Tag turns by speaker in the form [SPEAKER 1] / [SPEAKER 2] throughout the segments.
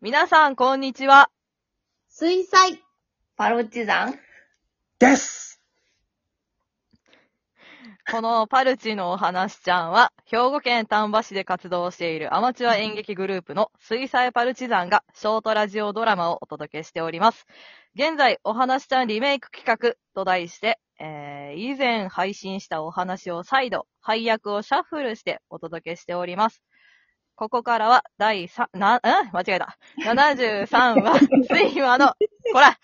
[SPEAKER 1] 皆さん、こんにちは。
[SPEAKER 2] 水彩。
[SPEAKER 3] パロチザン
[SPEAKER 4] です
[SPEAKER 1] このパルチのお話ちゃんは、兵庫県丹波市で活動しているアマチュア演劇グループの水彩パルチザンがショートラジオドラマをお届けしております。現在、お話ちゃんリメイク企画と題して、えー、以前配信したお話を再度、配役をシャッフルしてお届けしております。ここからは第3、な、ん間違えた。73話、睡魔の、こら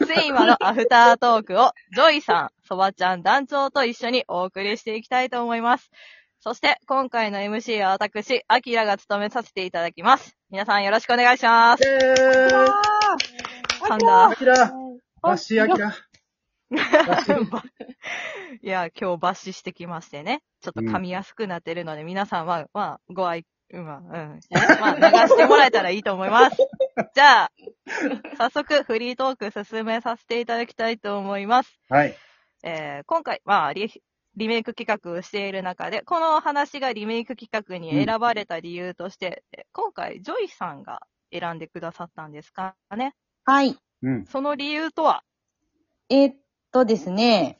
[SPEAKER 1] 睡魔のアフタートークを、ジョイさん、そばちゃん団長と一緒にお送りしていきたいと思います。そして、今回の MC は私、アキラが務めさせていただきます。皆さんよろしくお願いします。
[SPEAKER 4] えー
[SPEAKER 1] 噛んだ
[SPEAKER 4] あ。きらわしあきら わし
[SPEAKER 1] いや、今日抜歯してきましてね。ちょっと噛みやすくなってるので、皆さんは、まあ、ご愛、うん、まあうん。まあ、流してもらえたらいいと思い ます。じゃあ、早速、フリートーク進めさせていただきたいと思います。
[SPEAKER 4] はい。
[SPEAKER 1] えー今回、まあリ、リメイク企画をしている中で、このお話がリメイク企画に選ばれた理由として、え今回、ジョイさんが選んでくださったんですかね。
[SPEAKER 2] はい。
[SPEAKER 4] うん。
[SPEAKER 1] その理由とは、
[SPEAKER 2] えーっとですね。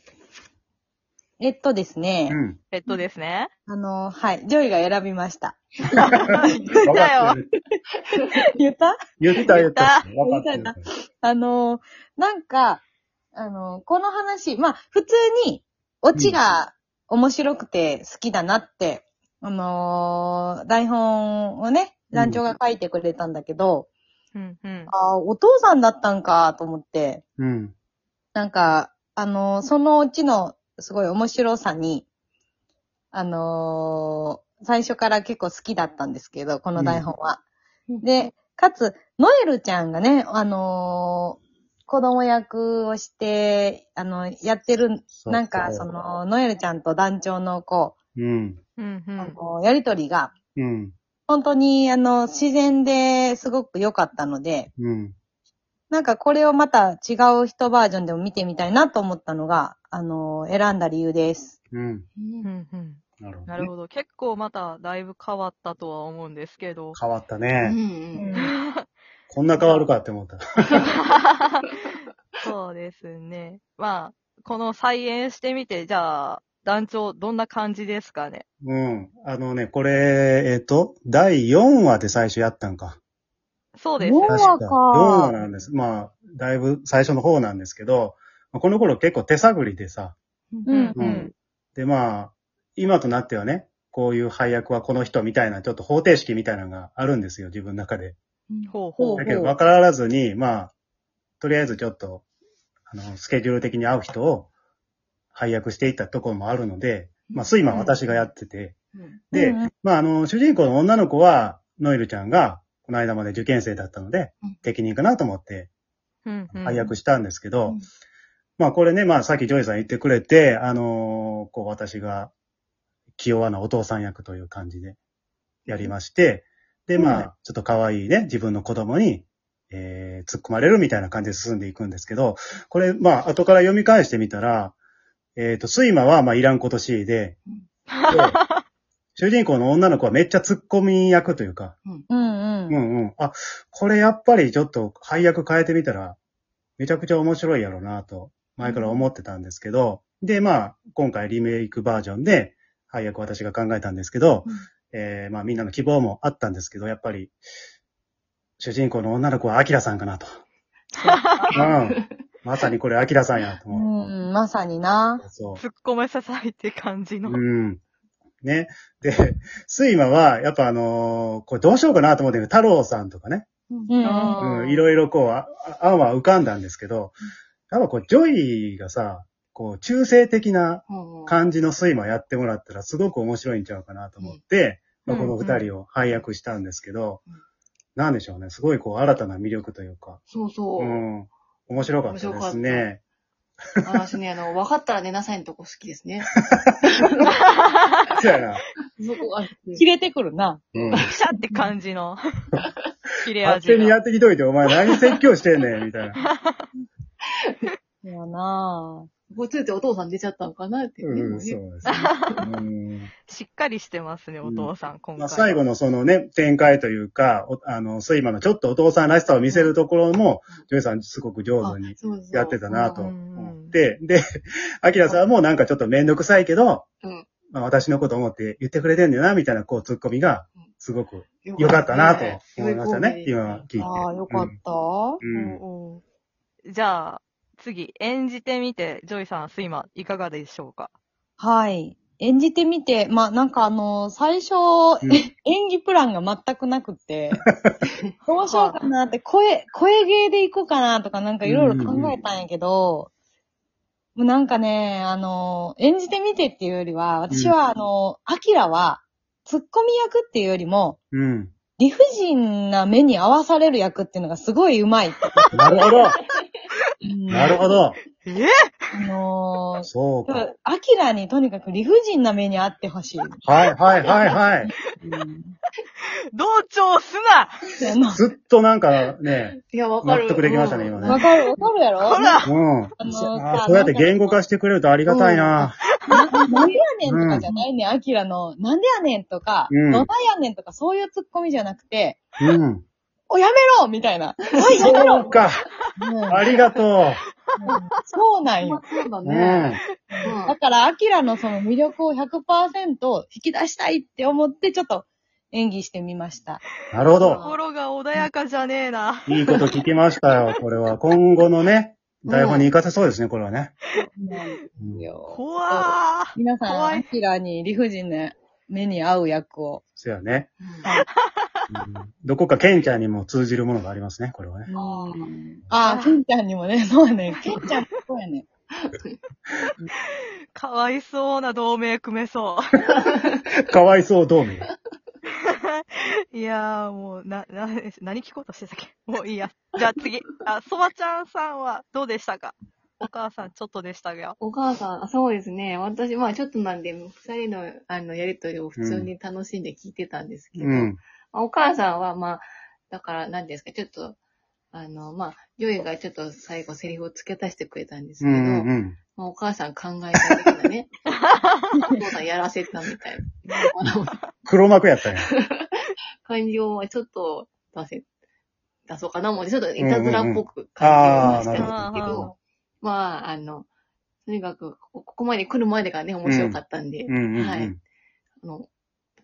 [SPEAKER 2] えっとです
[SPEAKER 4] う
[SPEAKER 2] ね。
[SPEAKER 4] ん。
[SPEAKER 1] えっとですね。
[SPEAKER 2] あの、はい。ジョイが選びました。
[SPEAKER 1] 言っ
[SPEAKER 4] わ
[SPEAKER 1] た
[SPEAKER 4] かっ
[SPEAKER 1] よ
[SPEAKER 4] て。る。
[SPEAKER 2] 言った
[SPEAKER 4] 言った言った。
[SPEAKER 2] 言
[SPEAKER 4] わ
[SPEAKER 2] っ
[SPEAKER 4] か
[SPEAKER 2] た
[SPEAKER 4] ってる。
[SPEAKER 2] あの、なんか、あの、この話、まあ、普通に、オチが面白くて好きだなって、あのー台本をね、団長が書いてくれたんだけど、
[SPEAKER 1] うんうん。
[SPEAKER 2] ああ、お父さんだったんか、と思って、
[SPEAKER 4] うん。
[SPEAKER 2] なんか、あのーそのオチのすごい面白さに、あのー最初から結構好きだったんですけど、この台本は。で、かつ、ノエルちゃんがね、あのー子供役をして、あの、やってる、
[SPEAKER 4] そう
[SPEAKER 2] なんか、そ、の、ノエルちゃんと団長のこ
[SPEAKER 4] うん。
[SPEAKER 1] うんう
[SPEAKER 2] う、あ
[SPEAKER 1] ん。
[SPEAKER 2] のやりとりが、
[SPEAKER 4] うん。
[SPEAKER 2] 本当に、あの、自然ですごく良かったので、
[SPEAKER 4] うん。
[SPEAKER 2] なんかこれをまた違う人バージョンでも見てみたいなと思ったのが、あのー選んだ理由です。
[SPEAKER 4] うん。
[SPEAKER 1] うんうん
[SPEAKER 4] なるほど
[SPEAKER 1] な
[SPEAKER 4] ね
[SPEAKER 1] る。ほど。結構まただいぶ変わったとは思うんですけど。
[SPEAKER 4] 変わった
[SPEAKER 3] う
[SPEAKER 4] ね。
[SPEAKER 3] ん
[SPEAKER 4] こんな変わるかって思った。
[SPEAKER 1] そうですね。まあ、この再演してみて、じゃあ、団長、どんな感じですかね。
[SPEAKER 4] うん。あのね、これ、えっと、第4話で最初やったんか。
[SPEAKER 1] そうです。
[SPEAKER 2] お4話か
[SPEAKER 4] 4話なんです。まあ、だいぶ最初の方なんですけど、まあこの頃結構手探りでさ、
[SPEAKER 3] うん
[SPEAKER 2] うん
[SPEAKER 1] う
[SPEAKER 4] うんん。で、まあ、今となってはね、こういう配役はこの人みたいな、ちょっと方程式みたいなのがあるんですよ、自分の中で。
[SPEAKER 1] ほうほう
[SPEAKER 4] だ。けど、わからずに、まあ、とりあえずちょっと、あの、スケジュール的に合う人を配役していったところもあるので、まあ、睡魔は私がやってて、で、
[SPEAKER 2] うん
[SPEAKER 4] まあ、あの、主人公の女の子は、ノエルちゃんが、この間まで受験生だったので
[SPEAKER 3] うん、
[SPEAKER 4] 適任かなと思って
[SPEAKER 1] うんうん
[SPEAKER 4] 配役したんですけど、
[SPEAKER 3] うん
[SPEAKER 4] まあこれね、まあさっきジョイさん言ってくれて、あのーこう私が、気弱なお父さん役という感じでやりまして、で、まあ、ちょっと可愛いね、自分の子供に、えー、突っ込まれるみたいな感じで進んでいくんですけど、これ、まあ、後から読み返してみたら、えっ、と、睡魔は、まあ、いらんことしいで、で主人公の女の子はめっちゃ突っ込み役というか、
[SPEAKER 2] うんうん。
[SPEAKER 4] うんうん。あ、これやっぱりちょっと配役変えてみたら、めちゃくちゃ面白いやろうなと、前から思ってたんですけど、で、まあ、今回リメイクバージョンで、配役私が考えたんですけど、
[SPEAKER 3] うん
[SPEAKER 4] えーまあみんなの希望もあったんですけど、やっぱり、主人公の女の子はアキラさんか なと。うん。まさにこれアキラさんやと思
[SPEAKER 2] うん、まさにな。
[SPEAKER 4] う。そう。
[SPEAKER 1] 突っ込めささいって感じの。
[SPEAKER 4] うん。ね。で、睡魔は、やっぱあのーこれどうしようかなと思って、太郎さんとかね。
[SPEAKER 2] うん
[SPEAKER 1] あー
[SPEAKER 4] うん、いろいろこう、ああ案は浮かんだんですけど、やっぱこう、ジョイがさ、こう、中性的な感じの睡魔やってもらったらすごく面白いんちゃうかなと思って、
[SPEAKER 1] うん
[SPEAKER 4] まあ、この二人を配役したんですけど、なんでしょうね、すごいこう、新たな魅力というか、
[SPEAKER 3] そうそうう。
[SPEAKER 4] ん、面白かったですね。
[SPEAKER 3] 私ね、あの、分かったら寝なさいのとこ好きですね。
[SPEAKER 4] そうやな。
[SPEAKER 3] そこが好
[SPEAKER 2] 切
[SPEAKER 3] き。
[SPEAKER 2] れてくるな。
[SPEAKER 4] うん。
[SPEAKER 1] ピシャって感じ の。切れ
[SPEAKER 4] 勝
[SPEAKER 1] 味
[SPEAKER 4] 手にや
[SPEAKER 1] が。
[SPEAKER 4] って きといて、お前何説教してんねん、みたいな。
[SPEAKER 2] そうやな
[SPEAKER 3] ごついってお父さん出ちゃったのかなっていうね。
[SPEAKER 4] うん、
[SPEAKER 3] もうね
[SPEAKER 4] そうですね。うん
[SPEAKER 1] しっかりしてますね、お父さん、今回
[SPEAKER 4] ま
[SPEAKER 1] は。
[SPEAKER 4] あ、最後のそのね、展開というか、おあの、睡魔のちょっとお父さんらしさを見せるところも、ジョイさんすごく上手にやってたなと思って、で、 アキラさんもなんかちょっとめんどくさいけど、
[SPEAKER 3] うん
[SPEAKER 4] まあ、私のこと思って言ってくれてんだよな、みたいなこう突っ込みが、すごく
[SPEAKER 3] あ
[SPEAKER 4] 良かったなと
[SPEAKER 3] ね
[SPEAKER 4] 思いましたね、
[SPEAKER 3] 良い
[SPEAKER 4] 今聞いて。
[SPEAKER 2] ああ、よかった。
[SPEAKER 4] うん。
[SPEAKER 1] うんうんじゃあ、次、演じてみて、ジョイさん、スイマ、いかがでしょうか
[SPEAKER 2] はい。演じてみて、まあなんかあの、最初、
[SPEAKER 4] うん
[SPEAKER 2] え演技プランが全くなくて、どうしようかなって、声、声芸でいこうかなとかなんかいろいろ考えたんやけど、もうなんかね、あの、演じてみてっていうよりは、私はあの、アキラは、ツッコミ役っていうよりも、
[SPEAKER 4] うん。
[SPEAKER 2] 理不尽な目に合わされる役っていうのがすごいうまい。
[SPEAKER 4] なるほど。
[SPEAKER 2] うん
[SPEAKER 4] なるほど。
[SPEAKER 1] え
[SPEAKER 2] あの
[SPEAKER 4] そうか。
[SPEAKER 2] ー、アキラにとにかく理不尽な目にあってほしい。
[SPEAKER 4] はいはいはいはい。
[SPEAKER 1] 同調すな
[SPEAKER 2] あの
[SPEAKER 4] ずっとなんかね、
[SPEAKER 3] いや、わかる。
[SPEAKER 4] 納得できましたね、
[SPEAKER 3] うん
[SPEAKER 4] 今
[SPEAKER 2] わ
[SPEAKER 4] ね。
[SPEAKER 2] かる、わかるやろ
[SPEAKER 1] ほら
[SPEAKER 4] うん。
[SPEAKER 2] あの
[SPEAKER 4] あ
[SPEAKER 2] さ
[SPEAKER 4] ーそうやって言語化してくれるとありがたいな。
[SPEAKER 2] なんかなんでやねんとかじゃないねん、アキラの、なんでやねんとか、
[SPEAKER 4] うん
[SPEAKER 2] どないやねんとか、そういうツッコミじゃなくて、
[SPEAKER 4] うん。
[SPEAKER 2] お、やめろみたいな。はい、やめろ
[SPEAKER 4] そうか。
[SPEAKER 2] もう
[SPEAKER 4] ありがと
[SPEAKER 2] うんそうなんよ。
[SPEAKER 3] そう だ
[SPEAKER 4] う。うん
[SPEAKER 3] ね。。
[SPEAKER 2] だから、アキラのその魅力を100%引き出したいって思って、ちょっと演技してみました。
[SPEAKER 4] なるほど。
[SPEAKER 1] 心が穏やかじゃねえな。
[SPEAKER 4] いいこと聞きましたよ、これは。今後のね、台本に活かせそうですね、これはね。うん
[SPEAKER 1] 怖ー。
[SPEAKER 2] 皆さん、
[SPEAKER 1] 怖い
[SPEAKER 2] アキラに理不尽な目に合う役を。
[SPEAKER 4] そうやね。う
[SPEAKER 3] う
[SPEAKER 4] んどこかケンちゃんにも通じるものがありますね、これはね。
[SPEAKER 3] ん
[SPEAKER 2] ああ、ケンちゃんにもね、そうやねん。ケンちゃん、そうやねん。
[SPEAKER 1] かわいそうな同盟組めそ
[SPEAKER 4] かわいそう同盟。
[SPEAKER 1] う。 いやー、もう、な、な、何聞こうとしてたっけもういいや。じゃあ次。あ、そばちゃんさんはどうでしたかお母さん、ちょっとでしたが。
[SPEAKER 3] お母さん、そうですね。私、まあちょっとなんで、二人の、あの、やりとりを普通に楽しんで聞いてたんですけど、
[SPEAKER 4] うん。
[SPEAKER 3] まあお母さんは、まあ、だから、何ですか、ちょっと、あの、まあ、ジョイがちょっと最後セリフを付け足してくれたんですけ
[SPEAKER 4] う
[SPEAKER 3] ど、
[SPEAKER 4] んうんうん。
[SPEAKER 3] まあ、お母さん考えたみたいなね。お父さんやらせたみたいな。
[SPEAKER 4] 黒幕やったん や。
[SPEAKER 3] 感情はちょっと出せ、出そうかなもうちょっといたずらっぽく
[SPEAKER 4] あ
[SPEAKER 3] 感
[SPEAKER 4] あ、
[SPEAKER 3] じ
[SPEAKER 4] な
[SPEAKER 3] がし
[SPEAKER 4] る
[SPEAKER 3] た
[SPEAKER 4] ほ
[SPEAKER 3] ん
[SPEAKER 1] あー
[SPEAKER 3] ですけ
[SPEAKER 1] なるほ
[SPEAKER 3] ど、
[SPEAKER 1] ど
[SPEAKER 3] まあ、あの、とにかく、こここまで来るまでがね、面白かったんで、
[SPEAKER 4] ど。うんうん
[SPEAKER 3] は
[SPEAKER 4] う
[SPEAKER 3] いあの、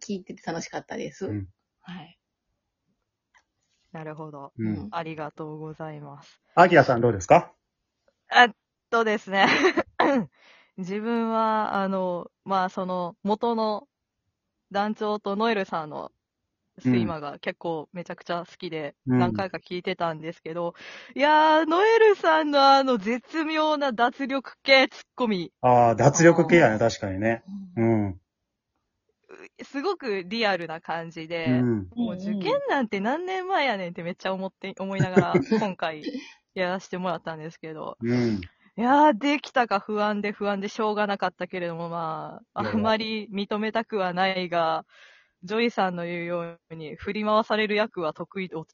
[SPEAKER 3] 聞いてて楽しかったです。
[SPEAKER 4] うん
[SPEAKER 3] はい。
[SPEAKER 1] なるほど。
[SPEAKER 4] ん。うん。
[SPEAKER 1] ありがとうございます。
[SPEAKER 4] アキラさんどうですか
[SPEAKER 1] とですね、 自分は、あの、まあ、その、元の団長とノエルさんのスイマが結構めちゃくちゃ好きで、
[SPEAKER 4] うん
[SPEAKER 1] 何回か聞いてたんですけど、いやー、ノエルさんのあの絶妙な脱力系ツッコミ、
[SPEAKER 4] ああ、脱力系やね、確かにね。うん。
[SPEAKER 1] すごくリアルな感じで、
[SPEAKER 4] うん。
[SPEAKER 1] もう受験なんて何年前やねんってめっちゃ思って、思いながら、今回やらせてもらったんですけど、
[SPEAKER 4] うん。
[SPEAKER 1] いやー、できたか不安で不安でしょうがなかったけれども、まあ、
[SPEAKER 4] いや
[SPEAKER 1] あ
[SPEAKER 4] いや
[SPEAKER 1] まり認めたくはないが、ジョイさんの言うように、振り回される役は得意と、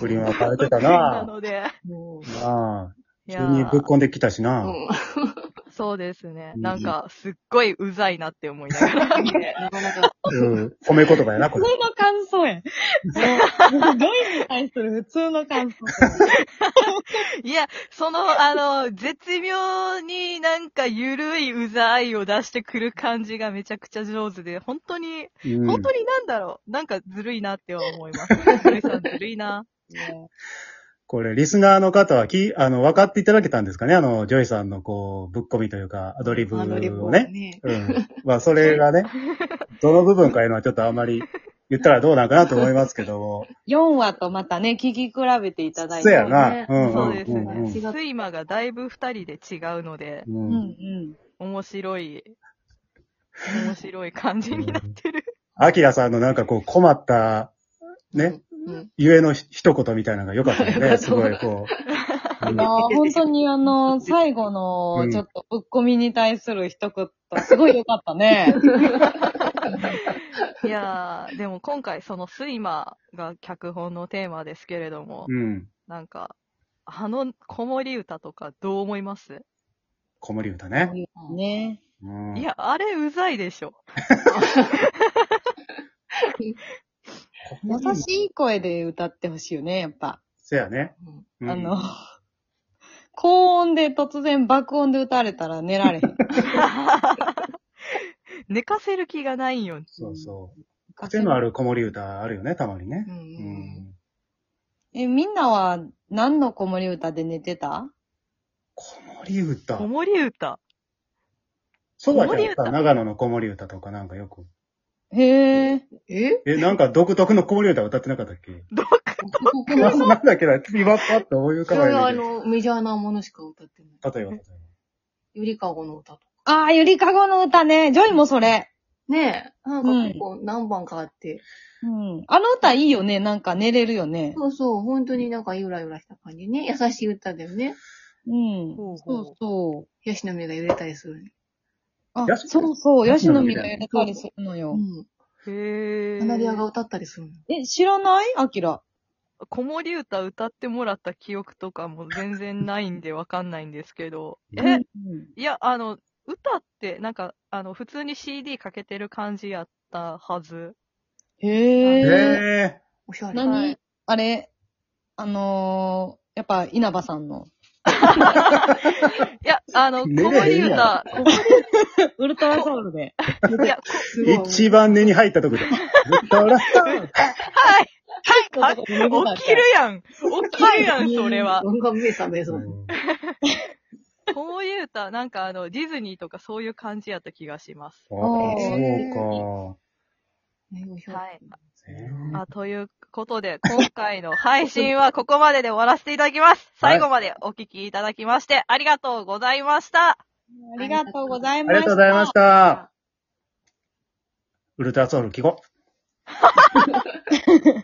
[SPEAKER 4] 振り回され
[SPEAKER 1] 得
[SPEAKER 4] て
[SPEAKER 1] 意
[SPEAKER 4] た
[SPEAKER 1] な
[SPEAKER 4] な。
[SPEAKER 1] ので、
[SPEAKER 3] うん
[SPEAKER 4] ああ、
[SPEAKER 1] い
[SPEAKER 4] 急
[SPEAKER 1] や
[SPEAKER 4] にぶっ
[SPEAKER 1] ー
[SPEAKER 4] こんできたしな。
[SPEAKER 1] そうですね。
[SPEAKER 4] うん
[SPEAKER 1] なんか、すっごいうざいなって思いながら。
[SPEAKER 3] うんねなかなか、
[SPEAKER 4] うん。褒め言葉やな、こ
[SPEAKER 2] 普
[SPEAKER 4] れ。
[SPEAKER 2] 通の感想やん。もうドイに対する普通の感想。
[SPEAKER 1] いや、その、あの、絶妙になんか緩いうざいを出してくる感じがめちゃくちゃ上手で、本当に、
[SPEAKER 4] うん
[SPEAKER 1] 本当になんだろう。なんかずるいなっては思います。ジョイさんずるいな。
[SPEAKER 4] これ、リスナーの方は、き、あの、分かっていただけたんですかねあの、ジョイさんの、こう、ぶっ込みというか、アドリブ
[SPEAKER 3] アドリブ
[SPEAKER 4] を
[SPEAKER 3] を
[SPEAKER 4] ね。
[SPEAKER 3] ね。
[SPEAKER 4] うん。まあ、それがね、どの部分かいうのはちょっとあまり言ったらどうなんかなと思いますけども。
[SPEAKER 2] 4話とまたね、聞き比べていただい
[SPEAKER 4] そ
[SPEAKER 2] て。
[SPEAKER 4] うやな。ん
[SPEAKER 1] そうです
[SPEAKER 4] んうん
[SPEAKER 1] ね。
[SPEAKER 3] ん
[SPEAKER 1] 睡魔がだいぶ二人で違うので、
[SPEAKER 4] う
[SPEAKER 2] うんんう
[SPEAKER 4] うん。
[SPEAKER 2] ん。
[SPEAKER 1] 面白い、面白い感じになってる。
[SPEAKER 4] アキラさんのなんかこう、困った、ね、
[SPEAKER 3] うん。
[SPEAKER 4] ゆえのひ一言みたいなのが良かったよ
[SPEAKER 3] よか
[SPEAKER 4] ね。
[SPEAKER 3] った
[SPEAKER 4] すごい、こう。う
[SPEAKER 2] い
[SPEAKER 4] ん
[SPEAKER 2] やー本当にあの、最後
[SPEAKER 4] う
[SPEAKER 2] の
[SPEAKER 4] ん、
[SPEAKER 2] ちょっとぶっ込みに対する一言、すごい良かったね。
[SPEAKER 1] いやー、でも今回その睡魔が脚本のテーマですけれども、
[SPEAKER 4] うん。
[SPEAKER 1] なんか、あの子守歌とかどう思います
[SPEAKER 4] 子守歌
[SPEAKER 2] こ
[SPEAKER 4] ね
[SPEAKER 2] う。いうのね。
[SPEAKER 4] うん、
[SPEAKER 1] いや、あれうざいでしょ。
[SPEAKER 2] 優しい声で歌ってほしいよね、やっぱ。
[SPEAKER 4] せやね。
[SPEAKER 3] う
[SPEAKER 4] う
[SPEAKER 3] ん
[SPEAKER 4] ん
[SPEAKER 2] あの、高音で突然爆音で歌われたら寝られへん。
[SPEAKER 1] 寝かせる気がないんよ。
[SPEAKER 4] そう そう。癖のある子守歌あるよね、たまにね
[SPEAKER 3] う。ん
[SPEAKER 4] う
[SPEAKER 3] うん
[SPEAKER 4] ん。
[SPEAKER 2] え、みんなは何の子守歌で寝てた
[SPEAKER 4] 子守歌
[SPEAKER 1] 子。守歌。
[SPEAKER 4] そうはちゃん
[SPEAKER 1] 子守
[SPEAKER 4] さ、
[SPEAKER 1] 歌
[SPEAKER 4] 長野の子守歌とかなんかよく。
[SPEAKER 2] へえ。
[SPEAKER 3] え
[SPEAKER 4] え、なんか独特の子守歌歌ってなかったっけ
[SPEAKER 1] どっか
[SPEAKER 4] な なんだっけな今パッと思い浮
[SPEAKER 3] そ
[SPEAKER 4] か
[SPEAKER 3] れは
[SPEAKER 4] ばない
[SPEAKER 3] あ
[SPEAKER 4] けど。
[SPEAKER 3] の、メジャーなものしか歌ってない。
[SPEAKER 4] 例えば、例えば。
[SPEAKER 3] ゆりかごの歌とか。
[SPEAKER 2] ああ、ゆりかごの歌ね。ジョイもそれ。
[SPEAKER 3] ねえ、なんか結構何番かあって。
[SPEAKER 2] うん。あの歌いいよね。なんか寝れるよね。
[SPEAKER 3] そうそう、本当になんかゆらゆらした感じね。優しい歌だよね。
[SPEAKER 2] うん。
[SPEAKER 1] ほうほ
[SPEAKER 2] そううそう。
[SPEAKER 3] ヤシの実が揺れたりする。
[SPEAKER 2] あ
[SPEAKER 4] ヤ、シ
[SPEAKER 2] そうそう。ヤ
[SPEAKER 4] ヤ
[SPEAKER 2] シ
[SPEAKER 4] シ
[SPEAKER 2] の
[SPEAKER 4] の
[SPEAKER 2] 実
[SPEAKER 4] 実
[SPEAKER 2] が
[SPEAKER 4] が。
[SPEAKER 2] やれたりするの
[SPEAKER 3] う
[SPEAKER 2] よ。
[SPEAKER 3] ん。
[SPEAKER 1] へえ。
[SPEAKER 3] カナリアが歌ったりするの。
[SPEAKER 2] え、知らないアキラ。
[SPEAKER 1] 子守歌歌ってもらった記憶とかも全然ないんでわかんないんですけどえ、
[SPEAKER 2] うん
[SPEAKER 1] いや、あの、歌って、なんか、あの、普通に CD かけてる感じやったはず。
[SPEAKER 2] へえ。
[SPEAKER 4] え
[SPEAKER 3] おしゃれ。
[SPEAKER 2] 何、
[SPEAKER 1] はい
[SPEAKER 2] あれあのー、やっぱ稲葉さんの。
[SPEAKER 1] いや、あの、子
[SPEAKER 4] 寝れへんやん
[SPEAKER 1] 守歌、
[SPEAKER 2] ウルトラソウルで。
[SPEAKER 1] いや、
[SPEAKER 3] す
[SPEAKER 4] ー、一番根に入ったとこだ。ウルトラソウル
[SPEAKER 1] はい
[SPEAKER 2] はい
[SPEAKER 1] 起きるやん起きるやん、それは。
[SPEAKER 3] なんか目覚めそう。
[SPEAKER 4] うん
[SPEAKER 1] 子守歌、なんかあの、ディズニーとかそういう感じやった気がします。
[SPEAKER 4] あ
[SPEAKER 2] へー
[SPEAKER 4] あ、そう
[SPEAKER 3] ね、おしゃれ。
[SPEAKER 1] はい。
[SPEAKER 4] か。ね
[SPEAKER 1] あ、ということで、今回の配信はここまでで終わらせていただきます。最後までお聞きいただきまして、ありがとうございました。
[SPEAKER 2] ありがとうござい
[SPEAKER 4] あ
[SPEAKER 2] ま
[SPEAKER 4] り
[SPEAKER 2] した。
[SPEAKER 4] がとうございました。ウルトラソウル聞こう。